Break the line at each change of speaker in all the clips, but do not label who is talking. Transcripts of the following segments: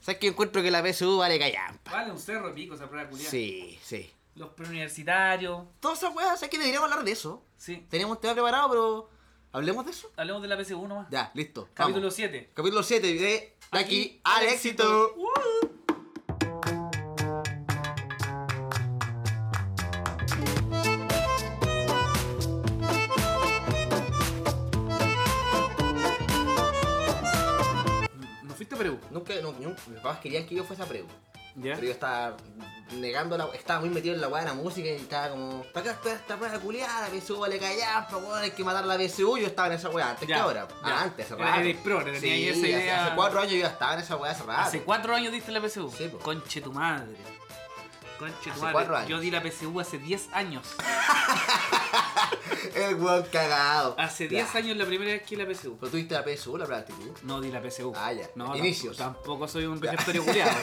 ¿Sabes que yo encuentro que la PSU vale callampa?
Vale, un cerro de pico esa prueba culiada.
Sí, sí.
Los preuniversitarios.
Todas esas weas, ¿sabes que deberíamos hablar de eso?
Sí.
Tenemos un tema preparado, pero. ¿Hablemos de eso?
Hablemos de la PC1 nomás.
Ya, listo. vamos.
Capítulo 7.
Capítulo 7 de De aquí al éxito.
Uh. ¿No fuiste a Perú?
Nunca, no, nunca, mis papás querían que yo fuese a preu.
Ya.
Pero yo estaba negando la estaba muy metido en la weá de la música y estaba como, ¿para acá está esta prueba culiada? La PSU vale callampa, weón, hay que matar la PSU. Yo estaba en esa weá antes
Ya,
que ahora.
ya.
Ah, antes, hace
Era-
rato.
eres pro, tenía
Sí,
ahí esa
hace-
idea.
Hace cuatro años yo estaba en esa weá hace rato.
Hace cuatro años diste la PSU.
Sí, po.
Conche tu madre. Conche tu
Hace
madre.
cuatro años.
Yo di la PSU hace 10 años.
El weón cagado.
Hace
Ya.
10 años la primera vez que di la PSU.
Pero tuviste la PSU, la probaste tú.
No di la PSU.
Ah, ya.
No, tam-
Inicios.
Tampoco soy un repertorio culiado.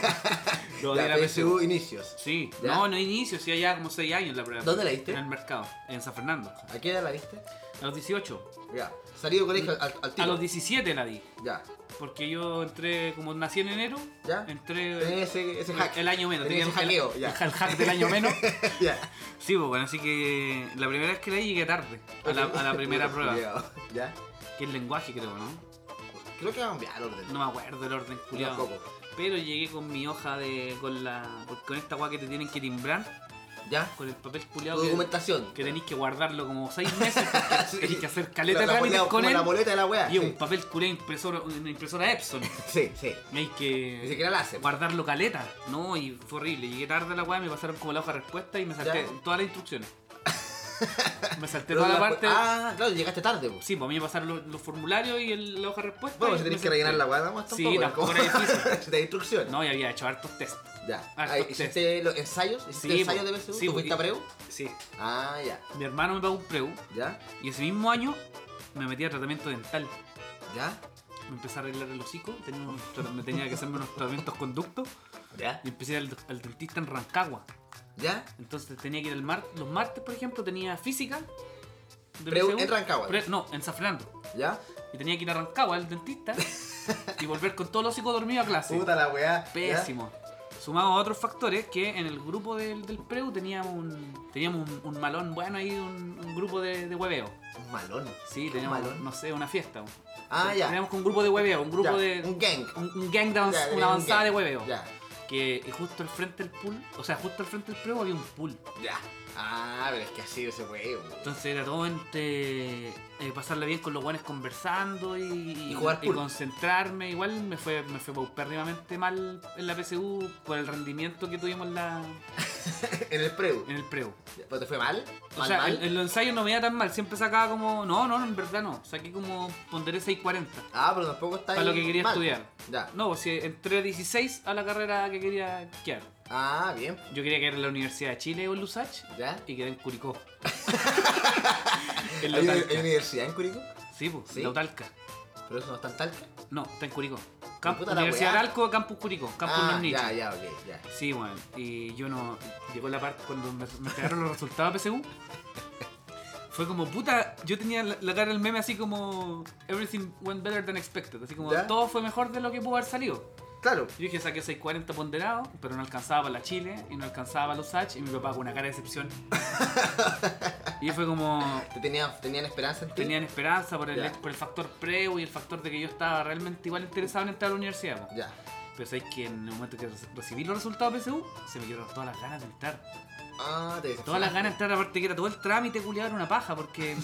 Yo di
La
la
PSU
PSU.
inicios.
Sí.
Ya.
No, no inicio, sí, allá como 6 años la prueba.
¿Dónde la diste?
En el mercado, en San Fernando.
¿A qué edad la viste?
A los 18.
Ya. Salido del colegio al, al tiro.
A los 17 la di.
Ya.
Porque yo entré, como nací en enero,
¿Ya? Tenía
entré
ese, ese hack.
el año menos.
Tenía ese
el-
hackeo,
el,
ya.
el hack del año menos.
ya.
Sí, pues bueno, así que la primera vez que leí llegué tarde a la, a la primera prueba,
Ya.
que es lenguaje creo, ¿no?
Creo que va a cambiar el orden.
No me acuerdo el orden, culiado.
Tampoco.
Pero llegué con mi hoja de. con la. con esta guay que te tienen que timbrar,
Ya.
con el papel
Tu
culiado que,
documentación.
que tenéis que guardarlo como seis meses,
Sí.
porque tenéis que hacer caleta de
La- la
trámites
boleta-
con
como
él.
la boleta de la wea.
Y un
sí.
papel culiado impresora, una impresora Epson.
Sí, sí.
Me hay que.
Ni siquiera la hacen.
guardarlo caleta. No, y fue horrible. Llegué tarde a la weá, me pasaron como la hoja de respuesta y me salté
Ya.
todas las instrucciones. me salté
Pero
toda
la-
la parte.
Ah, claro, llegaste tarde. pues.
Sí, pues a mí me pasaron los, los formularios y el- la hoja de respuesta.
Bueno,
y
si tenés
me
que
salté.
rellenar la weá, vamos
Sí,
tampoco.
tampoco
como-
era difícil.
De instrucciones.
No, y había hecho hartos test.
Ya.
Ah,
Ahí,
estos
¿Hiciste los ensayos? ¿Hiciste
Sí,
ensayos
po.
de PSU?
Sí,
¿Tú
po.
fuiste a preu?
Sí.
Ah, ya.
Mi hermano me pagó un preu
¿Ya?
y ese mismo año me metí a tratamiento dental.
¿Ya?
Me empecé a arreglar el hocico, tenía unos tra- me tenía que hacerme unos tratamientos conductos
¿Ya?
y empecé al, al dentista en Rancagua.
¿Ya?
Entonces tenía que ir el martes. Los martes, por ejemplo, tenía física. de
Preu
PSU.
en Rancagua.
Pre- no, en San Fernando.
¿Ya?
Y tenía que ir a Rancagua al dentista y volver con todo el hocico dormido a clase.
Puta la weá. ¿ya?
Pésimo. Sumado a otros factores que en el grupo del, del Preu teníamos un, teníamos un, un malón bueno ahí, un, un grupo de, de hueveo.
Un malón.
Sí,
¿Un
teníamos,
malón?
no sé, una fiesta.
Ah, ya.
Teníamos un grupo de hueveo, un grupo
Ya,
de.
Un gang.
un- un gang de avanz-
Ya, un
una avanzada de
gang.
hueveo.
Ya.
Que eh, justo al frente del pool, o sea, justo al frente del Preu había un pool.
Ya. Ah, pero es que así ese huevo.
Entonces era todo entre eh, pasarla bien con los guanes conversando y, y-
Y jugar
y
pool.
concentrarme. Igual me fue, me fue paupérrimamente mal en la PSU por el rendimiento que tuvimos en, la,
en el preu.
en el preu.
¿Pero te fue mal? ¿Mal,
o sea,
mal?
En, en los ensayos no me iba tan mal, siempre sacaba como. No, no, no, en verdad no. Saqué como ponderé 640.
Ah, pero tampoco está
Para
ahí
lo que quería
mal.
estudiar.
Ya.
No, pues sí, entré 16 a la carrera que quería quedar.
Ah, bien.
Yo quería quedar en la Universidad de Chile o en Lusach
¿Ya?
y quedé en Curicó. en
¿Hay,
la
uni- hay
Talca.
universidad en Curicó?
Sí, pues,
Sí.
la Talca.
Pero eso no está en Talca.
No, está en Curicó. Camp-
Puta la
Universidad
weá.
Aralco, Campus Curicó, Campus
ah,
Los Nichos.
ya, ya, ok, ya.
Sí, weón. Y yo no. Llegó la parte cuando me, me cagaron los resultados de PSU. Fue como puta. Yo tenía la, la cara del meme así como. Everything went better than expected. Así como
¿Ya?
todo fue mejor de lo que pudo haber salido.
Claro.
Yo dije saqué 640 ponderado, pero no alcanzaba para la Chile y no alcanzaba para los H. Y mi papá con una cara de decepción. y fue como.
¿Te tenían, tenían esperanza en ti?
Tenían esperanza por el,
Ya.
por el factor preu y el factor de que yo estaba realmente igual interesado en entrar a la universidad. po.
Ya.
Pero sabéis que en el momento que re- recibí los resultados de PSU, se me quedaron todas las ganas de entrar.
Ah, te
Todas las ganas de entrar, aparte que era todo el trámite culiado, era una paja, porque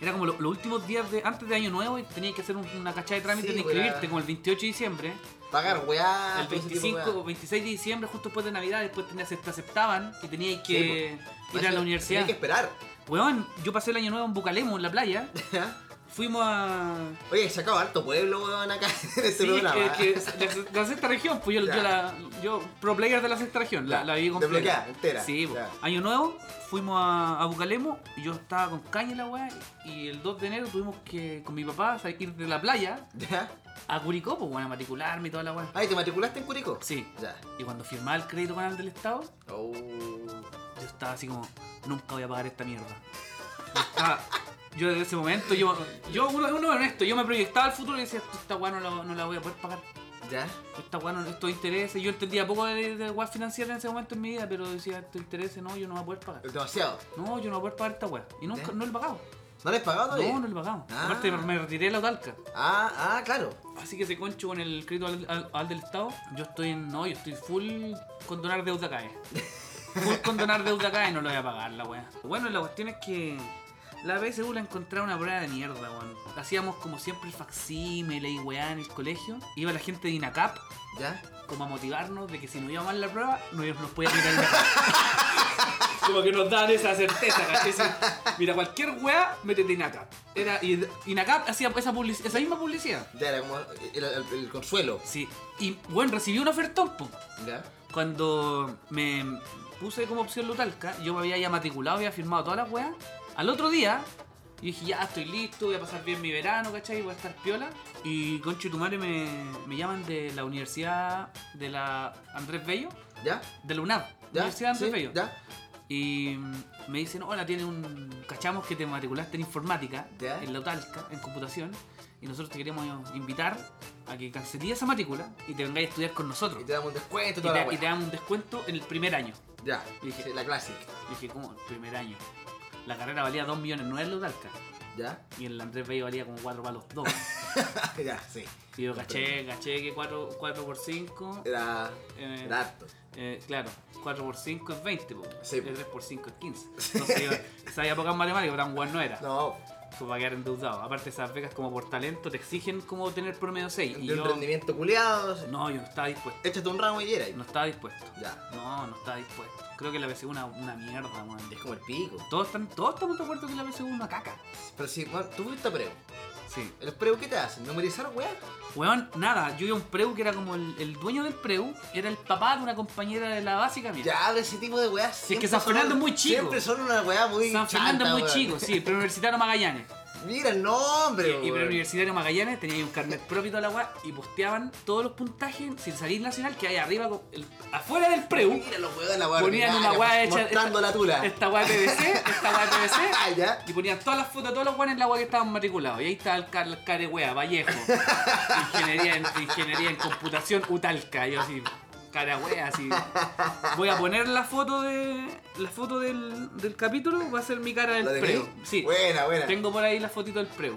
era como lo- los últimos días de, antes de Año Nuevo y tenías que hacer un- una cachada de trámites
Sí,
de
pues,
inscribirte,
era-
como el 28 de diciembre,
Pagar weá.
el
todo ese Ah, pues, tipo de
25
weá.
o 26 de diciembre, justo después de Navidad, después tenías, te aceptaban y tenías que
Parece
ir a
que
la universidad.
Tienes que esperar.
Weón, yo pasé el Año Nuevo en Bucalemo, en la playa, fuimos a...
Oye, se acaba harto pueblo, weón, acá en este
Sí,
programa.
que, que la, la sexta región, pues yo,
Ya.
yo la. Yo, pro player de la sexta región, la,
Ya,
la viví completa.
desbloqueada, entera,
Sí, pues.
ya.
Año nuevo, fuimos a, a Bucalemo, y yo estaba con caña en la weá, y el 2 de enero tuvimos que, con mi papá, sa- ir de la playa
¿Ya?
a Curicó, pues bueno, a matricularme y toda la weá.
Ay, ¿te matriculaste en Curicó?
Sí.
Ya.
Y cuando firmaba el crédito canal del Estado,
Oh.
yo estaba así como, nunca voy a pagar esta mierda. Yo estaba- Yo desde ese momento, yo, yo uno, uno es honesto, yo me proyectaba al futuro y decía, esta weá no la, no la voy a poder pagar.
¿Ya?
Esta weá no- estos intereses. Yo entendía poco de, de weá financiera en ese momento en mi vida, pero decía, estos intereses, no, yo no voy a poder pagar.
Demasiado.
No, yo no voy a poder pagar esta weá. Y nunca,
¿Eh?
no lo he pagado.
¿No les pagado todavía?
No, no lo he pagado.
Ah.
Aparte, me retiré de la talca.
Ah, ah, claro.
Así que ese concho con el crédito al, al- al del Estado, yo estoy en. No, yo estoy full condonar deuda cae. Full condonar deuda cae, no lo voy a pagar la weá. Bueno, la cuestión es que. La PSU la encontré una prueba de mierda, weón. Hacíamos como siempre el facsímile y weá en el colegio. Iba la gente de INACAP
¿Ya?
como a motivarnos de que si no iba mal la prueba, no nos podía tirar el INACAP. como que nos daban esa certeza, ¿cachai? Sí. Mira, cualquier weá, métete INACAP. Era, y INACAP hacía esa, publici- esa misma publicidad.
Ya era como el, el- el consuelo.
Sí, y bueno, recibí un ofertón, po.
¿Ya?
Cuando me puse como opción Lutalca, yo me había ya matriculado, había firmado todas las weas. Al otro día, yo dije, ya estoy listo, voy a pasar bien mi verano, ¿cachai? Voy a estar piola. Y concho tu madre me, me llaman de la universidad de la Andrés Bello,
¿Ya?
de la UNAP,
¿Ya?
Universidad Andrés
¿Sí?
Bello.
¿Ya?
Y mm, me dicen, hola, tiene un. Cachamos que te matriculaste en informática,
Ya.
en la UTALCA, en computación, y nosotros te queremos invitar a que cancelíes esa matrícula y te vengáis a estudiar con nosotros.
Y te damos un descuento
Y
y toda la
te, y
wea.
te dan un descuento en el primer año.
Ya,
Y dije-
sí, la clásica.
Y dije, ¿cómo? ¿El primer año? La carrera valía 2 millones, no era la UTALCA.
¿Ya?
Y el Andrés Bello valía como 4 palos 2.
ya, sí.
Y yo caché, caché que 4, por 5.
Era,
eh,
era harto.
Eh, claro, 4 por 5 es 20, po.
Sí, po.
3 por 5 es 15. Entonces yo sabía pocas matemáticas, pero tan guay no era.
No,
Como para quedar endeudado. Aparte, esas becas como por talento te exigen como tener promedio 6. Y
de
yo,
un rendimiento culiado.
no, yo no estaba dispuesto.
Échate un ramo y era. ahí.
No estaba dispuesto.
Ya.
No, no estaba dispuesto. Creo que la PSU es una, una mierda, weón.
Es como el pico.
Todos, están, todos estamos de acuerdo que la PSU es una caca.
Pero si, bueno, tú fuiste a preu.
Sí.
¿El preu qué te hacen? ¿Memorizar, weá?
Weón, nada, yo iba a un preu que era como el, el dueño del preu, era el papá de una compañera de la básica mía.
Ya, abre ese tipo de weas.
es que San
siempre
Fernando
son-
es muy chico.
Siempre son una weá muy
San Fernando es
chanta,
muy
weón.
chico, sí, preuniversitario Magallanes.
Mira el nombre,
Y
weón.
preuniversitario Magallanes tenía ahí un carnet propio de la UA y posteaban todos los puntajes sin salir nacional que hay arriba, con el- afuera del preu.
Mira los weones, la weá.
Ponían una weá hecha.
Mostrando la tula.
Esta weá PVC, esta weá PVC.
Ah, ya.
Y ponían todas las fotos de todos los weones en la weá que estaban matriculados. Y ahí estaba el, car el care weá, Vallejo. Ingeniería en, ingeniería en computación, Utalca. Yo así, cara weá, así. Voy a poner la foto de. La foto del, del capítulo, va a ser mi cara
¿La
del
de
preu.
mí?
Sí.
Buena, buena.
Tengo por ahí la fotito del preu.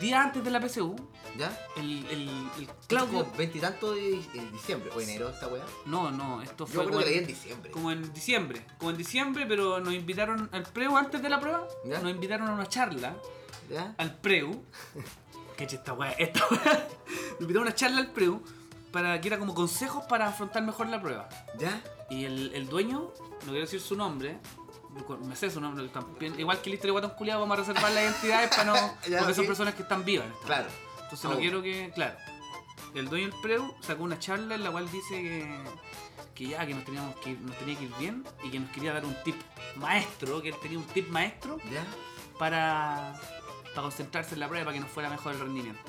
Día antes de la PSU,
¿Ya?
el, el, el Claudio.
Claudio, veintitantos de de diciembre. O enero, esta weá.
No, no,
Yo
esto fue.
creo que
como-
la vi en diciembre.
como en diciembre, como en diciembre, pero nos invitaron al preu antes de la prueba,
¿Ya?
nos invitaron a una charla
¿Ya?
al preu. Que esta weá, esta weá. Nos invitaron a una charla al preu para que era como consejos para afrontar mejor la prueba.
¿Ya?
Y el, el dueño, no quiero decir su nombre, me sé su nombre también, igual que el historia de guatón culiado, vamos a reservar las identidades para no.
Ya,
porque son
ok.
personas que están vivas. en esta
Claro.
entonces no
Aún.
quiero que. Claro. El dueño del preu sacó una charla en la cual dice que, que ya, que nos teníamos que ir- nos tenía que ir bien y que nos quería dar un tip maestro, que él tenía un tip maestro
¿Ya?
para, para concentrarse en la prueba para que nos fuera mejor el rendimiento.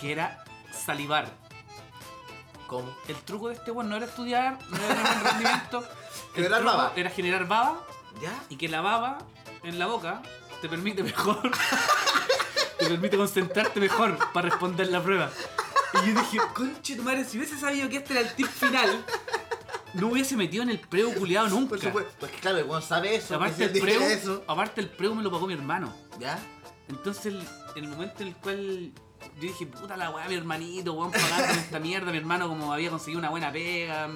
Que era salivar.
¿Cómo?
El truco de este weón no era estudiar, no era tener un rendimiento. El
Generar
truco
baba.
Era generar baba
¿Ya?
y que la baba en la boca te permite mejor. te permite concentrarte mejor para responder la prueba. Y yo dije, conche tu madre, si hubiese sabido que este era el tip final, no hubiese metido en el preu culiado nunca.
Por supuesto. Pues que claro, el weón sabe eso.
aparte,
que si
el
él dijera
preu,
eso.
aparte el preu me lo pagó mi hermano.
¿Ya?
Entonces, el, el momento en el cual yo dije, puta la weá, mi hermanito, weón, pagando esta mierda, mi hermano como había conseguido una buena pega,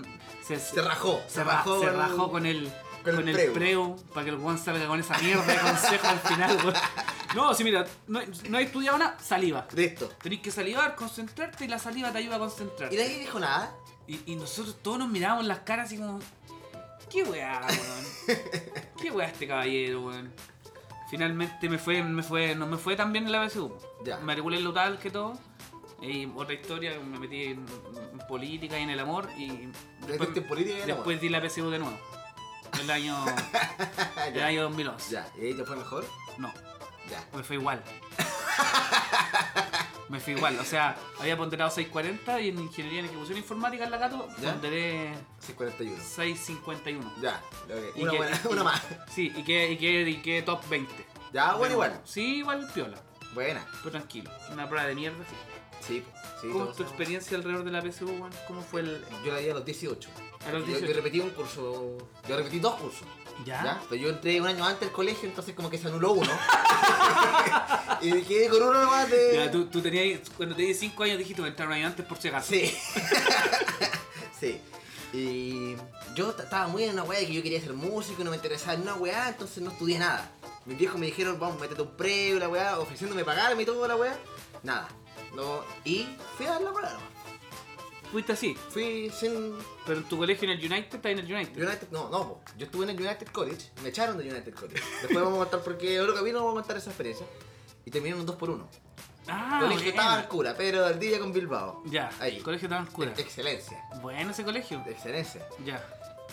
se,
Se rajó.
se, rajó, se rajó con el, con
con
el,
el
preu.
preu.
para que el weón salga con esa mierda de consejo al final, weón. No, sí, mira, no, no he estudiado nada, saliva.
Listo.
Tenés que salivar, concentrarte y la saliva te ayuda a
Y
concentrarte.
nadie dijo nada.
Y, y nosotros todos nos mirábamos las caras así como, ¿qué weá, weón? ¿Qué weá este caballero, weón? Finalmente me fue, me fue, no me fue tan bien en la BSU.
Ya.
Me regulé en lo tal que todo. Y otra historia, me metí en, en política y en el amor y después,
Metiste en política y en el amor.
después di la PSU de nuevo. El año,
Ah,
el
ya.
año 2011.
Ya. ¿Y ahí te fue mejor?
No,
Ya.
me fue igual. me fue igual, o sea, había ponderado 640 y en ingeniería en ejecución informática en la Cato
¿Ya?
ponderé
641.
651.
Ya. ok.
Y
Una
que-
buena.
y-
Una más.
Sí, y que y quedé- y quedé top 20.
Ya,
Pero
Ah, bueno, igual.
Sí, igual piola.
Buena.
Pero tranquilo, una prueba de mierda, sí.
Sí, po. sí.
¿Cómo
todos
es tu
sabemos.
experiencia alrededor de la PSU, weón? ¿Cómo fue el...?
Yo la di a los 18.
A los
Yo- Yo,
18.
repetí un curso. Yo repetí dos cursos. ¿Ya? Pero yo entré un año antes al colegio, entonces como que se anuló uno. y quedé con uno nomás de.
Ya, tú, tú tenías, cuando tenías 5 años dijiste, voy a entrar un año antes por si acaso.
Sí. sí. Y yo t- estaba muy en una weá de que yo quería ser músico y no me interesaba en una weá, entonces no estudié nada. Mis viejos me dijeron, vamos, métete un previo, la weá, ofreciéndome pagarme y todo la weá. Nada. No. Y fui a dar la prueba. nomás.
Fuiste así,
Fui sin.
pero en tu colegio en el United, estás en el United.
United, no, no, po. yo estuve en el United College, me echaron del United College. Después vamos a contar, porque ahora que vino vamos a contar esa experiencia. Y terminé en un 2 por 1
Ah,
Colegio
bueno.
Tabarcura, pero al día con Bilbao.
Ya,
Ahí. Eh,
colegio tan oscura.
Excelencia,
Bueno ese colegio.
excelencia.
Ya.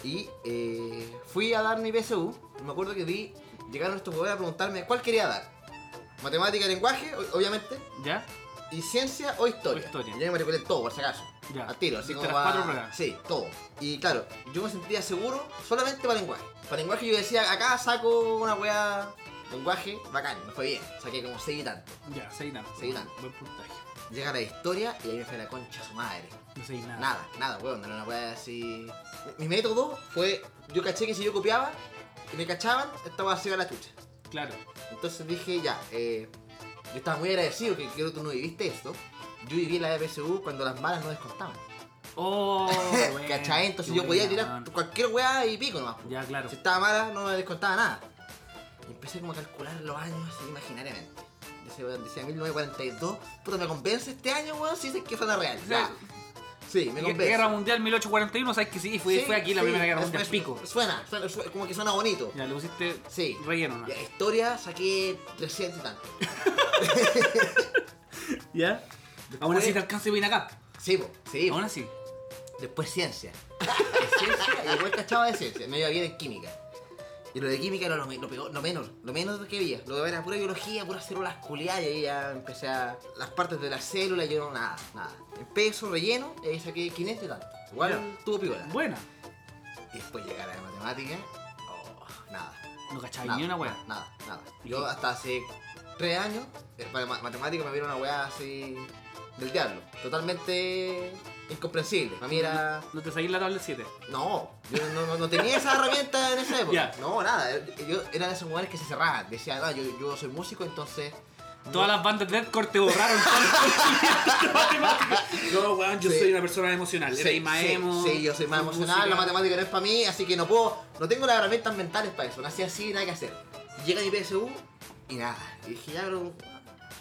Y eh, fui a dar mi PSU. Me acuerdo que di, llegaron estos jugadores a preguntarme cuál quería dar. Matemática, lenguaje, o- obviamente.
¿Ya?
Y ciencia o historia.
O historia.
Y yo me matriculé en todo, por si acaso.
Ya.
Al tiro, así
De
como
las
pa-
cuatro pruebas.
Sí, todo. Y claro, yo me sentía seguro solamente para lenguaje. Para lenguaje yo decía, acá saco una weá. Lenguaje, bacán, me fue bien. Saqué como 6 y tanto.
Ya, seis nada.
Seis nada.
Buen puntaje.
Llega la historia y ahí me fue la concha a su madre.
No seis nada.
Nada, nada, weón, no era una weá así. Mi mi método fue. Yo caché que si yo copiaba y me cachaban, esta weá se iba a la chucha.
Claro.
Entonces dije, ya, eh, yo estaba muy agradecido que creo que tú no viviste esto. Yo viví la E EPSU cuando las malas no descontaban.
Oh, bueno,
¿Cachai? Entonces
qué
yo podía
bueno.
tirar cualquier weá y pico nomás. po.
Ya, claro.
Si estaba mala, no me descontaba nada. Y empecé como a calcular los años así imaginariamente. Dice, weón, decía 1942. Puta, ¿me convence este año, weón? Si dices que fue la real.
O
Ya.
sea,
Sí, me
Gue-
convence.
Guerra Mundial 1841, sabes que sí, fue,
Sí,
fue aquí la
sí,
Primera Guerra
es-
Mundial,
es-
pico.
Suena, suena, su- como que suena bonito.
Ya, le pusiste
Sí.
relleno, ¿no?
Ya, historia saqué 300 y tanto.
¿Ya? Aún así te alcanza y viene acá.
Sí, po, sí. po.
Aún así.
Después ciencia. ciencia y después cachaba de ciencia. Me iba bien en química. Y lo de química era lo, me- lo peor- lo menos, lo menos que había. Lo que era pura biología, puras células culiadas y ahí ya empecé a. Las partes de la célula, yo no, nada, nada. En peso, relleno, y ahí saqué 500 y tanto. Igual tuvo piola.
Buena.
Y después llegar a la matemática, oh, nada.
No cachai
Nada,
ni una weá.
Nada, nada. Yo hasta hace tres años, eh, para ma- matemáticas me vieron una weá así del diablo. Totalmente incomprensible. Para mí era.
No te salí la tabla 7.
No, yo no, no- no tenía esa herramienta en esa época.
Ya.
No, nada. Yo era de esos lugares que se cerraban. Decía, no, yo, yo soy músico, entonces.
Todas las bandas de hardcore te borraron todo el conocimiento de matemáticas. No, weón, yo
Sí.
soy una persona emocional.
Sí,
Eres más
sí,
emo.
sí, yo soy más
con
emocional, la
música.
matemática no es para mí, así que no puedo, no tengo las herramientas mentales para eso, nací así, nada que hacer. Llega mi PSU y nada, y dije, ya, pero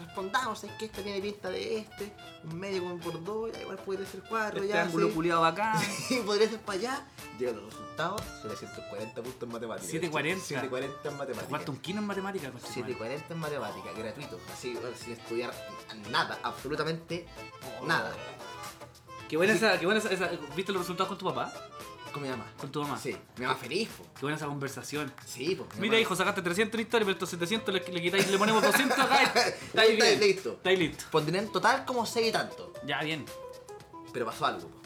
respondamos, es que esta tiene pinta de este, un medio con por dos, ya igual puede ser cuatro,
Este
ya,
ángulo
sí.
culiado bacán.
Sí, podría ser para allá. Llegan los resultados, 740 puntos en matemáticas.
740.
740 en
Te jugaste
matemáticas.
un kilo en matemáticas, conchetumare.
740 en matemáticas, gratuito, así, bueno, sin estudiar nada, absolutamente
Oh.
nada,
Qué buena esa, qué buena esa, esa- ¿Viste los resultados con tu papá?
con mi mamá.
Con tu mamá.
Sí, mi mamá feliz, po.
Qué buena esa conversación.
Sí, pues.
Mira, hijo, sacaste 300 en historia, pero estos 700 le, le quitáis, le ponemos 200 acá. y- Estáis
Estáis
bien.
listo.
Estáis listo.
Pondré en total como 6 y tanto.
Ya, bien.
Pero pasó algo. po.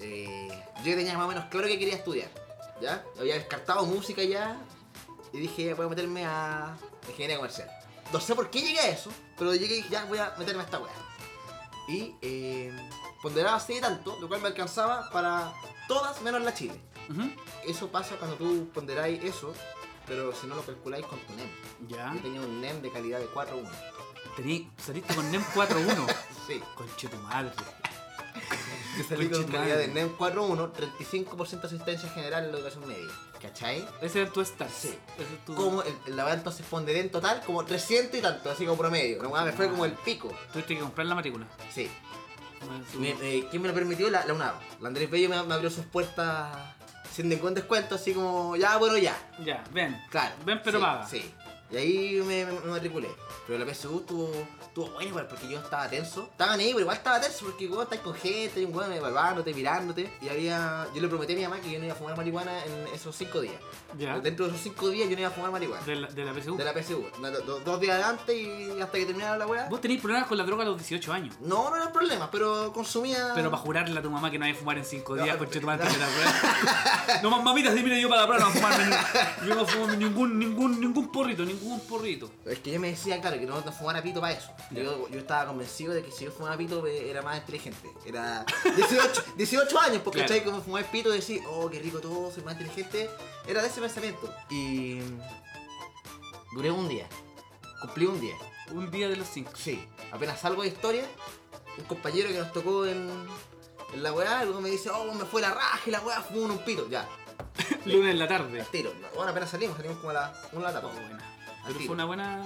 Eh, yo tenía más o menos claro que quería estudiar. ¿Ya? Había descartado música ya. Y dije, ya voy a meterme a ingeniería comercial. No sé por qué llegué a eso, pero llegué y dije, ya voy a meterme a esta weá. Y eh, ponderaba 6 y tanto, lo cual me alcanzaba para todas menos la Chile.
Ujú.
Eso pasa cuando tú ponderáis eso, pero si no lo calculáis con tu NEM.
Ya.
Yo tenía un NEM de calidad de 4.1.
Tení, saliste con NEM 4-1.
Sí.
Conche tu madre.
Yo salí con
Conchetumare.
calidad de NEM 4.1, 35% asistencia general en la educación media. ¿Cachai?
Ese era tu start.
Sí.
Ese es tu.
Como el, el lavar entonces ponderé en total como 300 y tanto, así como promedio. No, weá, me fue como el pico.
Tuviste que comprar la matrícula.
Sí.
Bueno, tu-
Me- eh, ¿Quién me lo permitió? La, la UNAV. La Andrés Bello me, me abrió sus puertas sin ningún descuento, así como ya, bueno, ya.
Ya, ven.
Claro.
Ven, pero
sí,
paga.
Sí. Y ahí me, me- me matriculé. Pero la PSU tuvo, tuvo bueno igual porque yo estaba tenso. Estaba ahí, pero igual estaba tenso porque vos estás con gente, y un weón evaluándote, mirándote. Y había. Yo le prometí a mi mamá que yo no iba a fumar marihuana en esos cinco días.
Ya. De
Dentro de esos cinco días yo no iba a fumar marihuana. De,
la, de la PSU.
la PSU. No, do- do- dos días adelante y hasta que terminara la weá.
Vos tenéis problemas con la droga a los 18 años.
No, no era problema, pero consumía.
Pero para jurarle a tu mamá que no hay que fumar en 5 días,
No,
conche tu madre, te la weá. No, mam- mamita, sí, mira, yo para la prueba no voy a fumar ningún, yo no fumo ningún, ningún, ningún porrito, ningún porrito.
Es que yo me decía, claro, que no, no fumara pito para eso.
Ya.
Yo, yo estaba convencido de que si yo fumaba pito eh, era más inteligente. Era 18, 18 años, porque
Claro.
¿cachai? como fumar pito y decir, oh, qué rico todo, soy más inteligente. Era de ese pensamiento. Y duré un día. Cumplí un día.
Un día de los cinco.
Sí, apenas salgo de historia, un compañero que nos tocó en, en la weá, luego me dice, oh, me fue la raja y la weá, fumó un pito. Ya,
Lunes en la tarde.
tiro. Bueno, apenas salimos, salimos como a la una de la
Oh,
tarde.
buena.
Al
Pero
tiro.
fue una buena.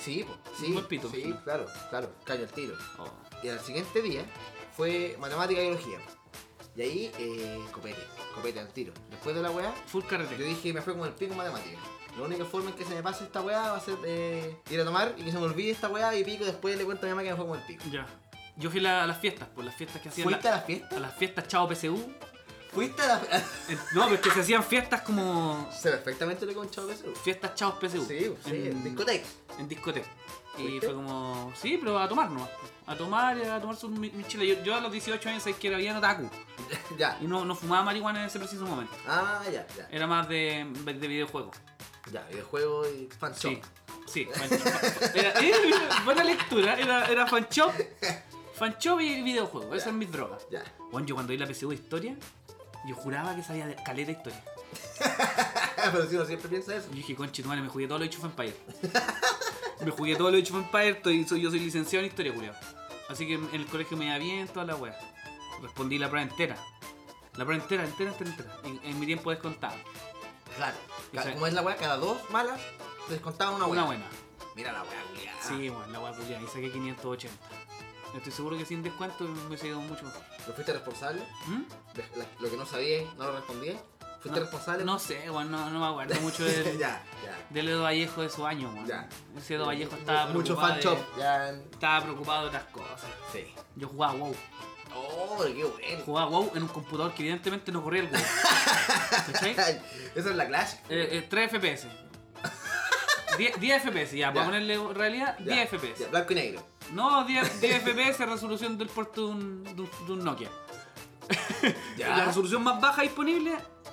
Sí, po, sí.
Un buen pito.
Sí, claro, claro, cayó el tiro.
Oh,
Y al siguiente día fue matemática y biología. Y ahí, eh, copete, copete al tiro. Después de la weá,
full
yo
carrete.
dije, me fue como el pico en matemática. La única forma en que se me pase esta weá va a ser eh, ir a tomar y que se me olvide esta weá y pico. Después le cuento a mi mamá que me fue como el pico.
Ya. Yo fui la- a las fiestas, por las fiestas que hacían.
¿Fuiste
la-
a la fiesta?
a las fiestas Chao PSU.
¿Fuiste a la
Eh, No, pero es que se hacían fiestas como.
Sé perfectamente lo que es un chavo que se-
Fiestas Chao PSU.
Sí, sí,
en,
en discoteca.
en discoteca. Y
¿Fuiste?
fue como. Sí, pero a tomar nomás. A tomar, a tomarse un mi- mi chela. Yo, yo a los 18 años sabía que era bien otaku.
Ya.
Y no, no fumaba marihuana en ese preciso momento.
Ah, ya, ya.
Era más de, de videojuegos.
Ya, videojuego y fan
Sí,
shop.
sí, fan shop. Era, eh, mira, buena lectura, era, era fan shop. Fan shop y videojuego, esas son mis drogas.
Ya.
Bueno, yo cuando vi la PSU de historia, yo juraba que sabía de caleta de historia.
Pero si uno siempre piensa eso.
Yo dije, conche, tu madre, me jugué todo lo de Age of Empire. Me jugué todo lo de Age of Empire, estoy- soy, yo soy licenciado en historia, culiao. Así que en el colegio me iba bien, toda la wea. Respondí la prueba entera. La prueba entera, entera, entera, entera. En, en mi tiempo descontado.
Claro. Ca-
Sí.
Como es la weá, cada dos malas descontaban una
Una
buena.
buena.
Mira la weá, culiá.
Sí, bueno, la wea culiao, y saqué 580. Estoy seguro que sin descuento me hubiese ido mucho mejor.
¿Lo fuiste responsable?
¿Mm?
De- la- Lo que no sabías, no lo respondías. ¿Fuiste
no,
responsable?
No sé, weón, no, no me acuerdo mucho del,
ya, ya.
del Edo Vallejo de su año, weón.
Ya.
Ese Edo Vallejo estaba
Mucho
preocupado
fan shop.
de,
Ya. en-
Estaba preocupado de otras cosas.
Sí.
Yo jugaba WoW.
Oh, pero qué bueno.
Jugaba WoW en un computador que evidentemente no corría el WoW. ¿Cachai? Eh,
Esa es la clásica.
eh, 3 FPS. 10, 10 FPS, ya, para
Ya.
ponerle realidad,
Ya,
10
ya,
FPS.
blanco y negro.
No, 10, 10 FPS resolución del puerto de un, de un- de un Nokia. La
Ya.
resolución más baja disponible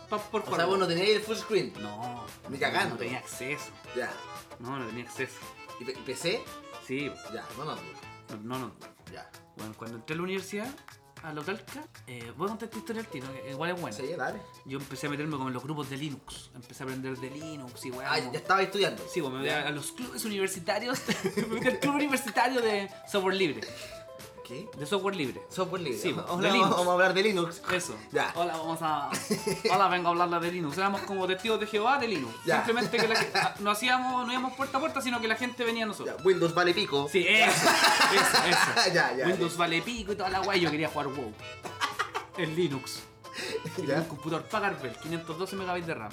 pa- por
O sea,
jugar.
vos no tenías el full screen.
no,
Ni cagando.
No tenía acceso.
Ya.
No, no tenía acceso.
¿Y P- y PC?
Sí,
Ya, no, no, no.
no, no. no.
Ya.
Bueno, cuando entré a la universidad, a la Talca, eh, voy a contar esta historia al tiro, que igual es buena.
Sí, dale.
Yo empecé a meterme con los grupos de Linux, empecé a aprender de Linux y weá.
Ah,
como-
ya estaba estudiando.
Sí, bueno, me voy a, a los clubes universitarios, me metí al club universitario de software libre,
¿Qué?
de software libre.
Software libre.
Sí, pues,
vamos,
de
vamos-
Linux.
vamos a hablar de Linux.
Eso.
Ya.
Hola, vamos a. Hola, vengo a hablarla de Linux. Éramos como testigos de Jehová de Linux.
Ya.
Simplemente que la- no hacíamos, no íbamos puerta a puerta, sino que la gente venía a nosotros.
Ya, Windows vale pico.
Sí, eso, eso, eso.
ya, ya.
Windows vale pico y toda la guay, yo quería jugar WoW. En Linux. Y tenía
Ya.
un computador Packard Bell, 512 megabytes de RAM.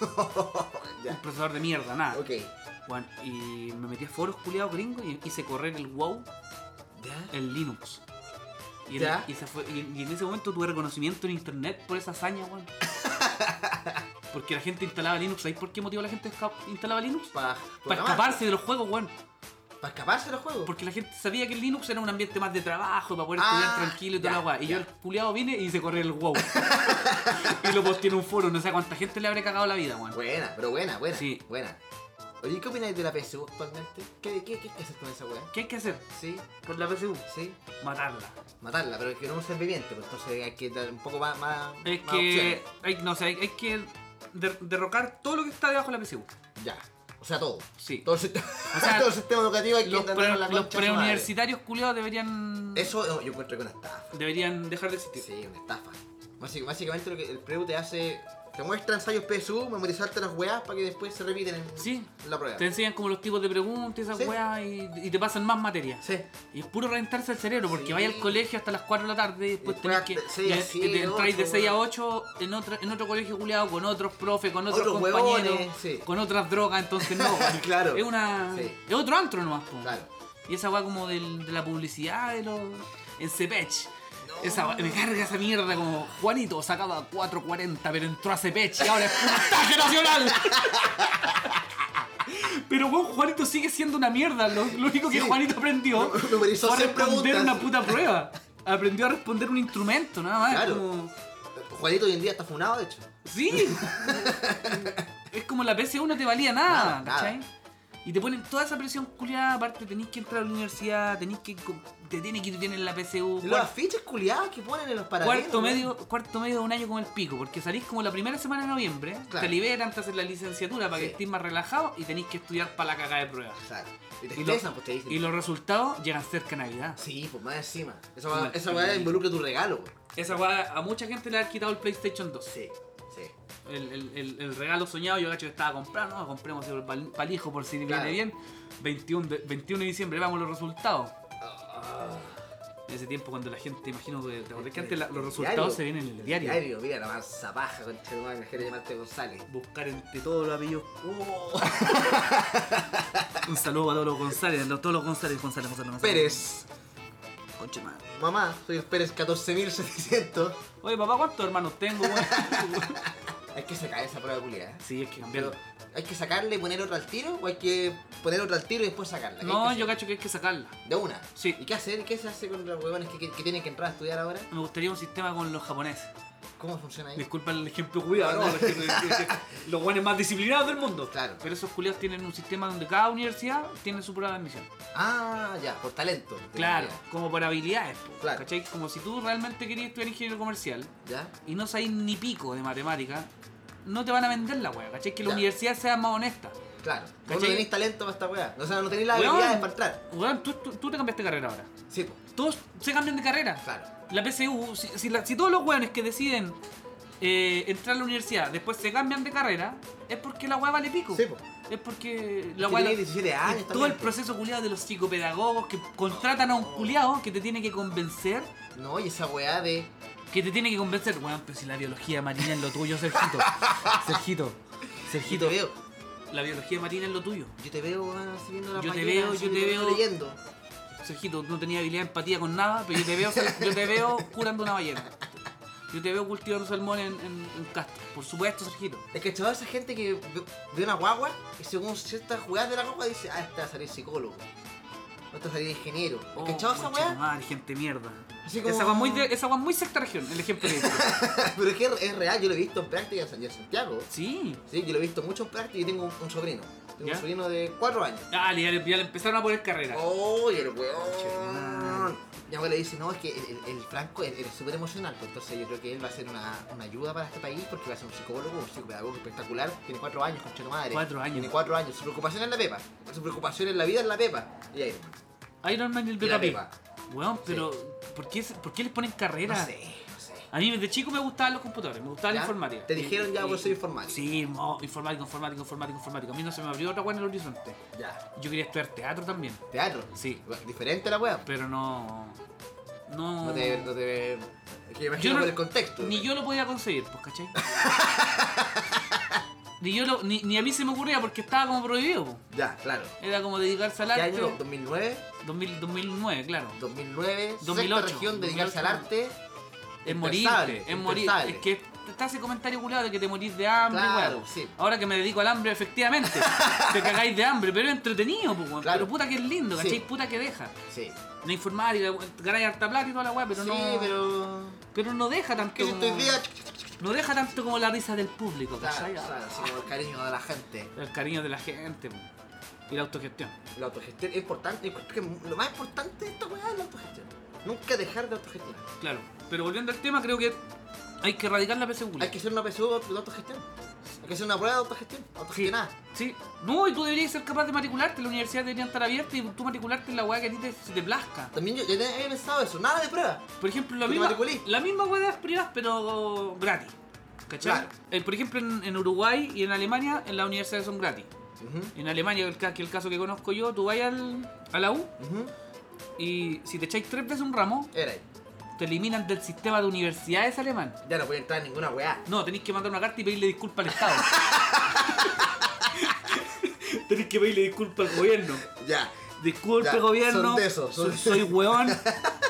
Un
ya.
procesador de mierda, nada.
Ok.
Bueno, y me metí a foros culiados gringos y hice correr el WoW
Ya.
en Linux. Y en,
Ya.
y esa fue- y en- y en ese momento tuve reconocimiento en internet por esa hazaña, weón. Porque la gente instalaba Linux. ¿Sabéis por qué motivo la gente esca- instalaba Linux?
Para
Para escaparse de los juegos, weón.
Para escaparse de los juegos.
Porque la gente sabía que el Linux era un ambiente más de trabajo, para poder
Ah,
estudiar tranquilo y toda
ya,
la guay. Y
ya.
yo el culiado vine y hice correr el wow. y lo posté en un foro, no sé a cuánta gente le habré cagado la vida, weón.
Buena, pero buena, buena.
Sí.
Buena. Oye, ¿qué opináis de la PSU actualmente? ¿Qué, qué, qué hay que hacer con esa weá?
¿Qué hay que hacer
Sí,
con la PSU?
sí.
Matarla.
Matarla, pero que no es un ser viviente, pues entonces hay que dar un poco más. más
Es
más opciones.
que, hay, no sé, hay, hay que der- derrocar todo lo que está debajo de la PSU.
Ya. O sea, todo.
Sí.
Todo el sistema,
O sea,
todo el sistema educativo hay que
Los,
darle
pre-
la
los
concha a su madre.
preuniversitarios culiados deberían,
Eso no, yo encuentro que es una estafa.
deberían dejar de existir.
Sí, una estafa. Básic- básicamente lo que el preu te hace. Te muestra ensayos PSU, memorizarte las weas para que después se repiten en,
Sí.
en la prueba.
Te enseñan como los tipos de preguntas, y esas
Sí.
weas, y, y te pasan más materias.
Sí.
Y es puro reventarse el cerebro, porque
Sí.
vaya al colegio hasta las 4 de la tarde, y después
Después
tenés que
hasta seis a
ya-
siete,
te entráis de
ocho,
6 a
weón.
8 en otro, en otro colegio culiado, con otros profes, con otros,
Otros
compañeros,
huevones, sí.
con otras drogas, entonces no. weón.
Claro.
Es una.
Sí.
Es otro antro nomás, po.
Claro.
Y esa weá como del- de la publicidad de los. en Cepech.
No.
Esa weá- me carga esa mierda como Juanito sacaba 4.40 pero entró a Cepech y ahora es puntaje nacional. pero weón, Juanito sigue siendo una mierda. Lo, lo único que
Sí.
Juanito aprendió
Nu- numerizó
fue a
cien
responder
preguntas.
una puta prueba. Aprendió a responder un instrumento, nada más.
Claro.
como-
Juanito hoy en día está funado, de hecho.
Sí. es como la PC1 no te valía nada,
Nada, nada.
¿cachai? Y te ponen toda esa presión culiada, aparte tenés que entrar a la universidad, tenés que. com- Te tiene que tener la PSU.
Los
cuar-
afiches culiados que ponen en los paraderos.
Cuarto
weón.
medio, cuarto medio de un año como el pico, porque salís como la primera semana de noviembre,
Claro.
te liberan, te hacen la licenciatura para
Sí.
que estés más relajado y tenés que estudiar para la cagada de pruebas.
Exacto. Y te
Y lo-
estresan, pues te dicen.
Y los resultados llegan cerca a Navidad.
Sí, pues más encima. Esa
Mal
weá- Esa weá
culiao.
involucra tu regalo, pues. weón.
Esa weá, a mucha gente le han quitado el PlayStation 2.
Sí, sí.
El, el- el- el regalo soñado, yo gacho que estaba comprando, no, compremos para el hijo por si
Claro.
viene bien. 21 de, 21 de diciembre, vamos los resultados.
Ah,
En ese tiempo cuando la gente, imagino, que- ¿te acordás que
el-
antes la-
el
los
diario,
resultados se ven en el diario?
Diario, mira, la mansa paja con Chetumán, la gente de Marte González.
Buscar entre todos los apellidos.
Oh.
Un saludo a todos los González, a todos los González, González, González. González.
Pérez,
Conche madre.
mamá, soy el Pérez 14700.
Oye, papá, ¿cuántos hermanos tengo? weón?
Hay que sacar esa prueba culiada.
sí, es que cambiaron.
Pero, ¿hay que sacarla y poner otra al tiro? ¿O hay que poner otra al tiro y después sacarla? ¿Qué
No,
hay que
yo
hacer?
cacho que hay que sacarla.
De una.
Sí.
¿Y qué hacer? ¿Qué se hace con los huevones que, que- que tienen que entrar a estudiar ahora?
Me gustaría un sistema con los japoneses.
¿Cómo funciona ahí?
Disculpa el ejemplo culiado, ¿no? Porque- porque los guanes más disciplinados del mundo.
Claro.
Pero esos culiados tienen un sistema donde cada universidad tiene su prueba de admisión.
Ah, ya, por talento.
Claro, como por habilidades. po,
Claro.
¿Cachai? Como si tú realmente querías estudiar ingeniero comercial
¿Ya?
y no sabes ni pico de matemática, no te van a vender la wea, ¿cachai? Que la
Ya.
universidad sea más honesta.
Claro. Vos no
¿Cachai?
tenéis talento para esta weá. O sea, no tenéis las
Weón.
habilidades para entrar.
Weón, tú, tú- tú te cambiaste de carrera ahora.
Sí, po.
Todos se cambian de carrera.
Claro.
La PSU, si, si la- si todos los weones que deciden eh, entrar a la universidad después se cambian de carrera, es porque la wea vale pico.
Sí, po.
Es porque
La
la wea.
Tiene 17 años.
y todo el
también, po.
proceso culiado de los psicopedagogos que contratan a un culiado que te tiene que convencer,
No, y esa weá de.
que te tiene que convencer. Weón, pero si la biología marina es lo tuyo, Sergito. Sergito.
Yo
Sergito.
te veo,
La biología marina es lo tuyo.
yo te veo, weón, así viendo la
Yo te
máquina,
veo,
así
yo te veo.
leyendo.
Sergito, no tenía habilidad de empatía con nada, pero yo te veo, yo te veo curando una ballena. Yo te veo cultivando salmón en, en, en Castro. Por supuesto, Sergito.
Es que chaval, esa gente que ve ve una guagua y según ciertas jugadas de la guagua dice, ah, este va a salir psicólogo. O este va a salir ingeniero. ¿Has
Oh,
cachado esa
concha
weá?
tu madre, gente mierda.
Así como-
Esa weá muy, de- esa weá muy sexta región, el ejemplo de
Pero es que es- es real, yo lo he visto en práctica en Santiago.
Sí.
Sí, yo lo he visto mucho en práctica y tengo un, un sobrino. Tengo
¿Ya?
un sobrino de 4 años.
Dale, ya le, ya le empezaron a poner carrera.
¡Oh, y el
Conchetumare.
weón! Mi abuela dice, no, es que el, el- el Franco es es súper emocional, pues entonces yo creo que él va a ser una, una ayuda para este país porque va a ser un psicólogo, un psicopedagogo espectacular, tiene cuatro años, concha tu madre.
Cuatro años.
Tiene cuatro años, su preocupación es la pepa, su preocupación en la vida es la pepa. Y ahí,
Iron Man y el
Oh. y la
Beta
pepa.
Weón, pero ¿por, qué, se- ¿por qué les ponen carrera?
No sé, no sé.
A mí desde chico me gustaban los computadores, me gustaba
¿Ya?
la informática.
Te dijeron ya, vos soy informático.
Sí, mo- informático, informático, informático, informático. A mí no se me abrió otra weá en el horizonte.
Ya.
Yo quería estudiar teatro también,
Teatro.
Sí.
Diferente la wea.
pero no. No.
No te... No te es que me
Yo
imagino
no-
por el contexto.
Ni yo lo podía conseguir, pues, ¿cachai? ni, yo lo, ni, ni a mí se me ocurría porque estaba como prohibido. po.
Ya, claro.
Era como dedicarse al
¿Qué
arte.
año? ¿2009?
2000 2009, claro.
2009, sexta
2008,
región dedicarse al
2008.
arte.
Es
impensable,
morirte, es morir.
impensable.
Es que está ese comentario culado de que te morís de hambre,
Claro,
weón.
sí.
Ahora que me dedico al hambre, efectivamente, te cagáis de hambre, pero es entretenido, pues, weón.
Claro.
Pero puta que es lindo, ¿cachai?
Sí.
Puta que deja.
Sí.
La informática, weón, ganáis harta plata y toda la weá, pero
sí,
no.
pero.
pero no deja tanto.
Que si
como-
estoy día.
No deja tanto como la risa del público,
Claro,
¿cachai?
claro, así como el cariño de la gente.
El cariño de la gente, weón. Y la autogestión.
La autogestión es importante. yo creo que lo más importante de esta weá es la autogestión. Nunca dejar de autogestionar.
Claro. Pero volviendo al tema, creo que hay que erradicar la PSU.
Hay que hacer una PSU de autogestión. Hay que hacer una prueba de autogestión. Autogestionada.
Sí. No, y tú deberías ser capaz de matricularte. La universidad debería estar abierta y tú matricularte en la weá que a ti te, se te plazca.
También yo, yo te- había pensado eso. Nada de prueba.
Por ejemplo, la
Que te
misma,
matriculís.
la misma weá de las privadas, pero gratis. ¿Cachai?
Claro.
Eh, por ejemplo, en, en Uruguay y en Alemania, en las universidades son gratis.
Ujú,
En Alemania, el, ca- que el caso que conozco yo, tú vas al, a la U
ujú.
y si te echáis tres veces un ramo,
Era ahí.
te eliminan del sistema de universidades alemán.
Ya no voy a entrar en ninguna weá.
No, tenéis que mandar una carta y pedirle disculpas al Estado. tenéis que pedirle disculpas al gobierno.
Ya.
Disculpe,
Ya,
gobierno.
son de esos, son-
soy, soy hueón.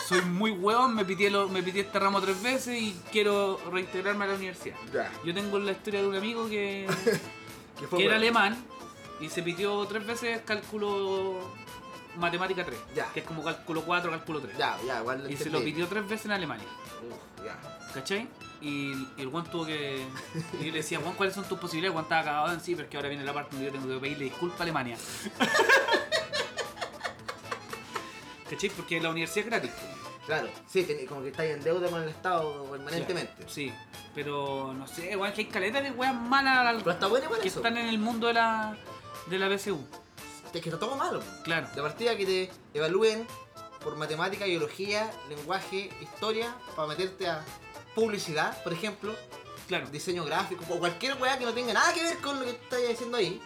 Soy muy hueón. Me pitié, lo- me pitié este ramo tres veces y quiero reintegrarme a la universidad.
Ya.
Yo tengo la historia de un amigo que,
¿Qué fue,
que
weón?
era alemán y se pitió tres veces cálculo matemática 3.
Ya.
Que es como cálculo 4, cálculo 3.
Ya, ya, igual
Y se lo
entendí.
pidió tres veces en Alemania.
Uf, ya.
¿Cachai? Y, y el Juan tuvo que. Y yo le decía, Juan, ¿cuáles son tus posibilidades? Juan estaba acabado en sí, pero es que ahora viene la parte donde yo tengo que pedirle disculpa a Alemania. ¿Cachai? Porque la universidad es gratis. pues.
Claro, sí, ten- como que estáis en deuda con el Estado permanentemente.
Sí, pero no sé, weón, que hay caletas de weas malas al-
Pero está bueno igual
que
eso.
están en el mundo de la, de la BCU.
Es que está todo malo.
Claro.
De partida que te evalúen por matemática, biología, lenguaje, historia, para meterte a publicidad, por ejemplo,
Claro.
diseño gráfico, o cualquier weá que no tenga nada que ver con lo que estáis diciendo ahí.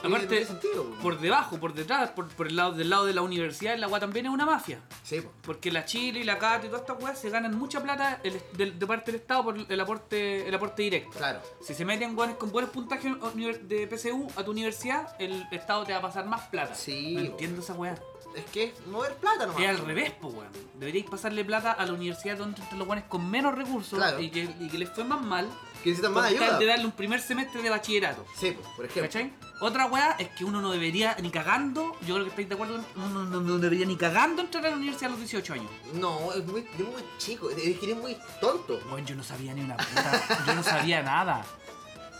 Y
Aparte,
no tiene sentido, po.
Por debajo, por detrás, por, por el lado del lado de la universidad, la agua también es una mafia.
Sí, po.
Porque la Chile y la Cata y todas estas weas se ganan mucha plata el- de, de parte del Estado por el aporte, el aporte directo.
claro.
Si se meten weones con buenos puntajes univer- de PCU a tu universidad, el Estado te va a pasar más plata.
Sí,
No
bo.
entiendo esa wea.
Es que es mover plata nomás.
Es al revés, pues, weón. Deberíais pasarle plata a la universidad donde están los weones con menos recursos
Claro.
y, que, y que les fue más mal.
Que necesitan más
con tal
ayuda.
de darle un primer semestre de bachillerato.
Sí, po, por ejemplo.
¿Cachai? Otra weá es que uno no debería ni cagando, yo creo que estáis de acuerdo, uno no, no debería ni cagando entrar a la universidad a los 18 años.
No, es muy, es muy chico, es que es muy tonto.
Bueno, yo no sabía ni una puta, yo no sabía nada.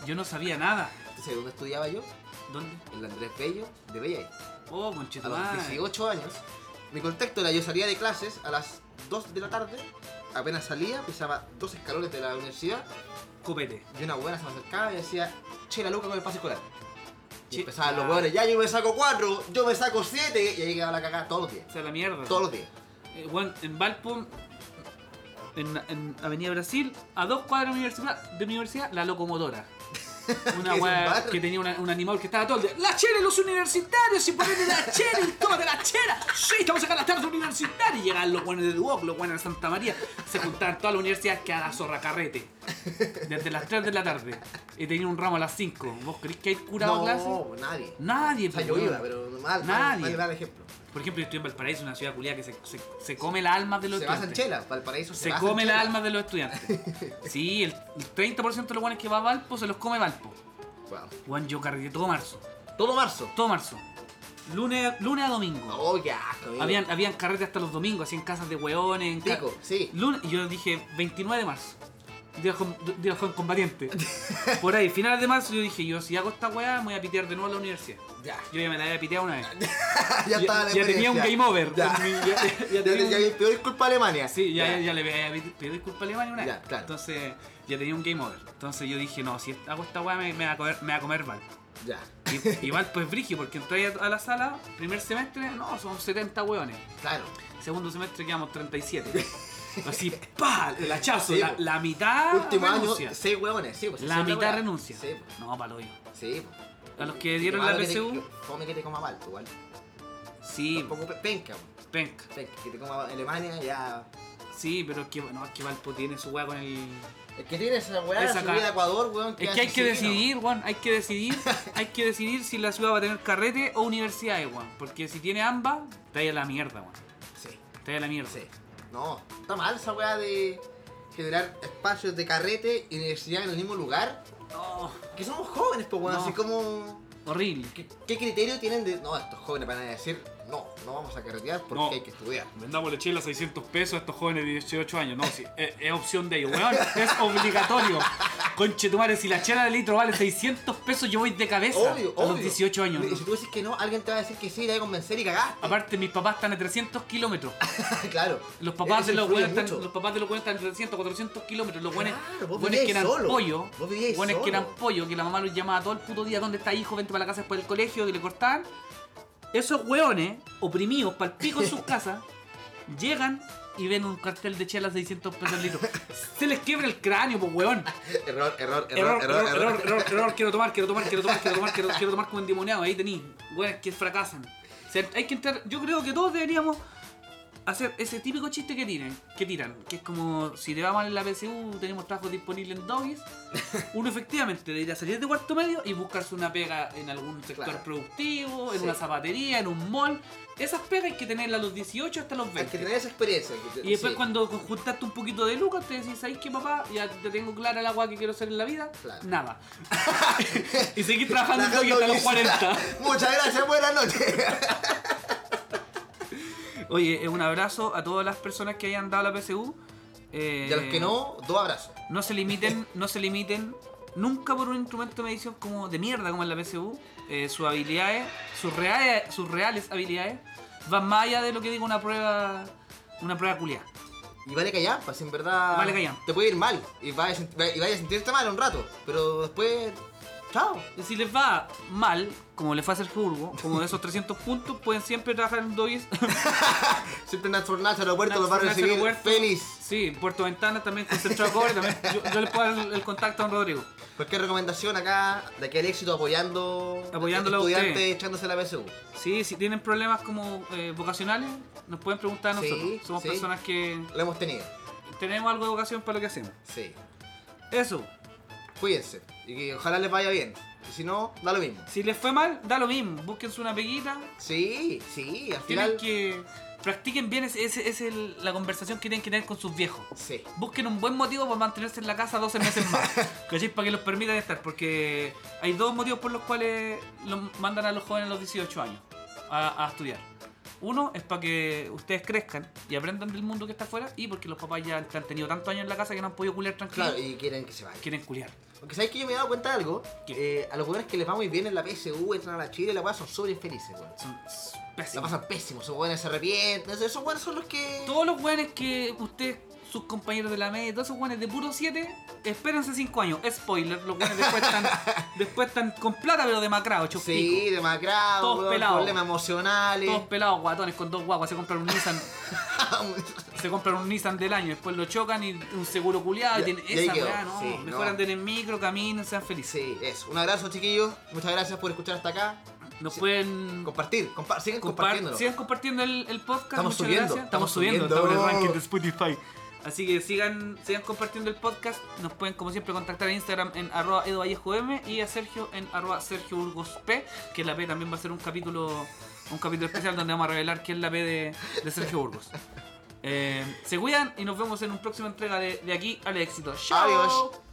Yo no sabía nada.
Entonces, ¿dónde estudiaba yo?
¿Dónde?
En la Andrés Bello de Bella
Oh,
a los
conchetumare.
18 años. Mi contexto era yo salía de clases a las 2 de la tarde, apenas salía, pisaba dos escalones de la universidad
Copete.
y una buena se me acercaba y decía, che, la loca con el pase escolar. Y
Che,
empezaban los
ah.
hueones, ya yo me saco 4, yo me saco 7 y ahí quedaba la cagada todos los días.
O sea, la mierda.
Todos los días.
Eh, bueno, en Valpo, en, en Avenida Brasil, a dos cuadras de universidad, de universidad la locomotora. Una
¿Qué es un
weá
bar?
que tenía una- un animador que estaba todo el día. ¡La chela, los universitarios! ¡Y ponete la chela! ¡Y tómate la chela! ¡Sí, estamos acá en las tardes universitarias! Y llegaban los buenos de Duoc, los buenos de Santa María. Se juntaban todas las universidades que a la zorra carrete. Desde las 3 de la tarde. Y tenían un ramo a las 5. ¿Vos creéis que hay curado
no,
clases?
nadie.
Nadie,
O sea,
pues,
yo
weón.
iba, pero mal,
Nadie.
mal, mal, mal ejemplo.
Por ejemplo, yo estoy en Valparaíso, una ciudad culiada que se, se, se come las almas de los
Se basa en
estudiantes.
chela, Valparaíso se
Se
basa en
come las
chela.
almas de los estudiantes. Sí, el el 30% de los guanes que va a Valpo se los come Valpo.
Wow.
Juan, yo cargué todo marzo.
Todo marzo.
Todo marzo. Lunes, lunes a domingo.
Oh, qué asco, amigo.
Habían, habían carretes hasta los domingos, así en casas de hueones. En ca-
Pico, sí.
Lunes, y yo dije 29 de marzo. Día con, día con combatiente. Por ahí, finales de marzo, yo dije, yo si hago esta weá, me voy a pitear de nuevo a la universidad.
Ya.
Yo ya me la había piteado una vez.
Ah, ya estaba la
tenía un
experiencia.
game over.
Ya.
Ya- ya
Ya,
tenía
te-
un-
ya le pidió disculpa a Alemania.
Sí, ya, ya. le había pedido disculpas a Alemania una vez.
Ya, claro.
Entonces, ya tenía un game over. Entonces yo dije, no, si hago esta weá me, me va a comer, me va a comer Valpo.
Ya,
Y, y Valpo es brigio, porque entré a la sala, primer semestre, no, son 70 weones.
claro.
Segundo semestre quedamos 37. Así, ¡pa! El hachazo,
Sí,
la,
po.
la mitad
Último
Ah, renuncia.
año, seis huevones, sí, pues.
la
siempre
mitad
hueá.
renuncia.
Sí,
No, palo yo.
pues, sí. pues.
A los que dieron
Y
la
malo que te-
PSU.
que- Fome que te coma mal, igual.
Sí,
Un poco pe- penca, pues,
penca.
penca. Que te coma Alemania, ya.
Sí, pero es que, no, es que Valpo tiene su weá con el...
Es que tiene esa weá, la
Esa
subida
ca-
a Ecuador, weón.
Es que
hace
hay que
sí,
decidir, Juan, hay que decidir, hay que decidir si la ciudad va a tener carrete o universidades, Juan. Porque si tiene ambas, te vaya a la mierda, Juan.
no. Sí,
Te vaya a la mierda.
sí. No, está mal esa weá de generar espacios de carrete y universidad en el mismo lugar.
Oh,
Que somos jóvenes, pues, weón.
No.
Así como.
horrible.
¿Qué, qué criterio tienen de.? No, estos jóvenes van a decir, no, no vamos a carretear porque
No.
hay que estudiar.
Vendamos chela a 600 pesos a estos jóvenes de 18 años. No, sí, es, es opción de ellos, weón. Es obligatorio. Conche tu madre, si la chela de litro vale 600 pesos, yo voy de cabeza
Obvio,
a
obvio.
los 18 años. Ah.
Y si tú dices que no, alguien te va a decir que sí, te va a convencer y cagaste.
Aparte, mis papás están a 300 kilómetros.
claro.
Los papás,
Eso
de los
Eh, influye
buenos están,
mucho.
los papás de los buenos están 300, 400 kilómetros. Los buenos,
Claro, vos
buenos
vivíais
que eran
solo.
pollo.
Vos vivíais
Buenos que
solo.
eran pollo, que la mamá los llamaba todo el puto día. ¿Dónde está hijo? Vente para la casa después del colegio. Que le cortaban. Esos hueones, oprimidos, pal pico en sus casas, llegan y ven un cartel de chela 600 pesos el litro. Se les quiebra el cráneo, pues hueón.
Error, error,
Error, error, error, error, error, quiero tomar, quiero tomar, quiero tomar, quiero tomar, quiero, quiero tomar como endemoniado. Ahí tenéis, weones que fracasan. O sea, hay que entrar, yo creo que todos deberíamos hacer ese típico chiste que tiran, que tiran, que es como si te va mal en la PSU, tenemos trabajos disponibles en Doggies. Uno efectivamente debería salir de cuarto medio y buscarse una pega en algún sector
Claro.
productivo, en
Sí.
una zapatería, en un mall. Esas pegas hay que tenerlas a los 18 hasta los
Hay
20.
que tener esa experiencia. que te-
Y después
sí,
cuando conjuntaste un poquito de lucas, te decís, ¿sabes qué papá? Ya te tengo clara el agua que quiero hacer en la vida.
Claro.
Nada. y seguís trabajando en Tokio
Trabajando
hasta los
que-
40.
Muchas gracias, buenas noches.
Oye, eh, un abrazo a todas las personas que hayan dado la PSU. eh,
Y a los que no, dos abrazos.
No se limiten, no se limiten nunca por un instrumento de medición como de mierda como es la PSU. Eh, sus habilidades, sus reales, sus reales habilidades van más allá de lo que diga una prueba, una prueba culiada.
Y vale callampa, si en verdad.
Vale callampa.
Te puede ir mal. Y vayas, y vayas a sentirte mal un rato. Pero después. Chao.
Y si les va mal, como le fue a Sergio como de esos 300 puntos, pueden siempre trabajar en Dois.
Siempre Nats for Nats, aeropuerto, los va a
Nats for Nats,
recibir
aeropuerto.
feliz.
Sí, Puerto Ventana también, Concentrado Cobre, también. Yo, yo les puedo dar el, el contacto a don Rodrigo.
Cualquier recomendación acá, de aquí al éxito apoyando
Apoyándolo a
estudiantes
ustedes.
echándose la PSU.
Sí, si tienen problemas como eh, vocacionales, nos pueden preguntar a
Sí,
nosotros. Somos
sí.
personas que
Lo hemos tenido.
tenemos algo de vocación para lo que hacemos.
Sí.
Eso.
Cuídense. Y que ojalá les vaya bien. Y si no, da lo mismo.
Si les fue mal, da lo mismo. Búsquense una peguita.
Sí, sí, al
Tienen
final.
que. Practiquen bien, es, la conversación que tienen que tener con sus viejos.
Sí.
Busquen un buen motivo para mantenerse en la casa 12 meses más. ¿Cachai? Para que los permitan estar. Porque hay dos motivos por los cuales los mandan a los jóvenes a los 18 años a, a estudiar. Uno es para que ustedes crezcan y aprendan del mundo que está afuera. Y porque los papás ya han tenido tantos años en la casa que no han podido culiar tranquilos.
Claro, y quieren que se vayan.
Quieren culiar.
Porque sabéis que yo me he dado cuenta de algo.
¿Qué?
Eh, a los jugadores que les va muy bien en la PSU, entran a la Chile y la weá son súper infelices, weón.
Son
La
pésimos.
pasan pésimo, esos weones se arrepienten. Esos weones son los que.
Todos los weones que ustedes, sus compañeros de la media, todos esos weones de puro 7, espérense 5 años. Spoiler, los weones después están, después están con plata pero demacrados, chos
Sí, demacrados,
Todos
weón,
pelados.
problemas emocionales.
Todos pelados, guatones, con dos guaguas, se compran un Nissan, se compran un Nissan del año, después lo chocan y un seguro culiado, y
Ya-
tienen
ya ahí
esa
quedó.
weá, no,
Sí,
mejor
no.
anden en micro, caminen, sean felices.
sí, eso. Un abrazo, chiquillos. Muchas gracias por escuchar hasta acá.
Nos
Sí.
pueden
Compartir, compa- sigan
Compar-
compartiéndolo.
Sigan compartiendo el, el podcast.
Estamos
muchas
subiendo,
gracias. Estamos,
estamos
subiendo.
subiendo.
Estamos en el ranking de Spotify. Así que sigan, sigan compartiendo el podcast. Nos pueden, como siempre, contactar en Instagram en arroba eduvallejoM y a Sergio en arroba Sergio Burgos P, que la P también va a ser un capítulo un capítulo especial donde vamos a revelar quién es la P de, de Sergio Burgos. Eh, se cuidan y nos vemos en una próxima entrega de, de aquí al éxito. ¡Chao!
Adiós.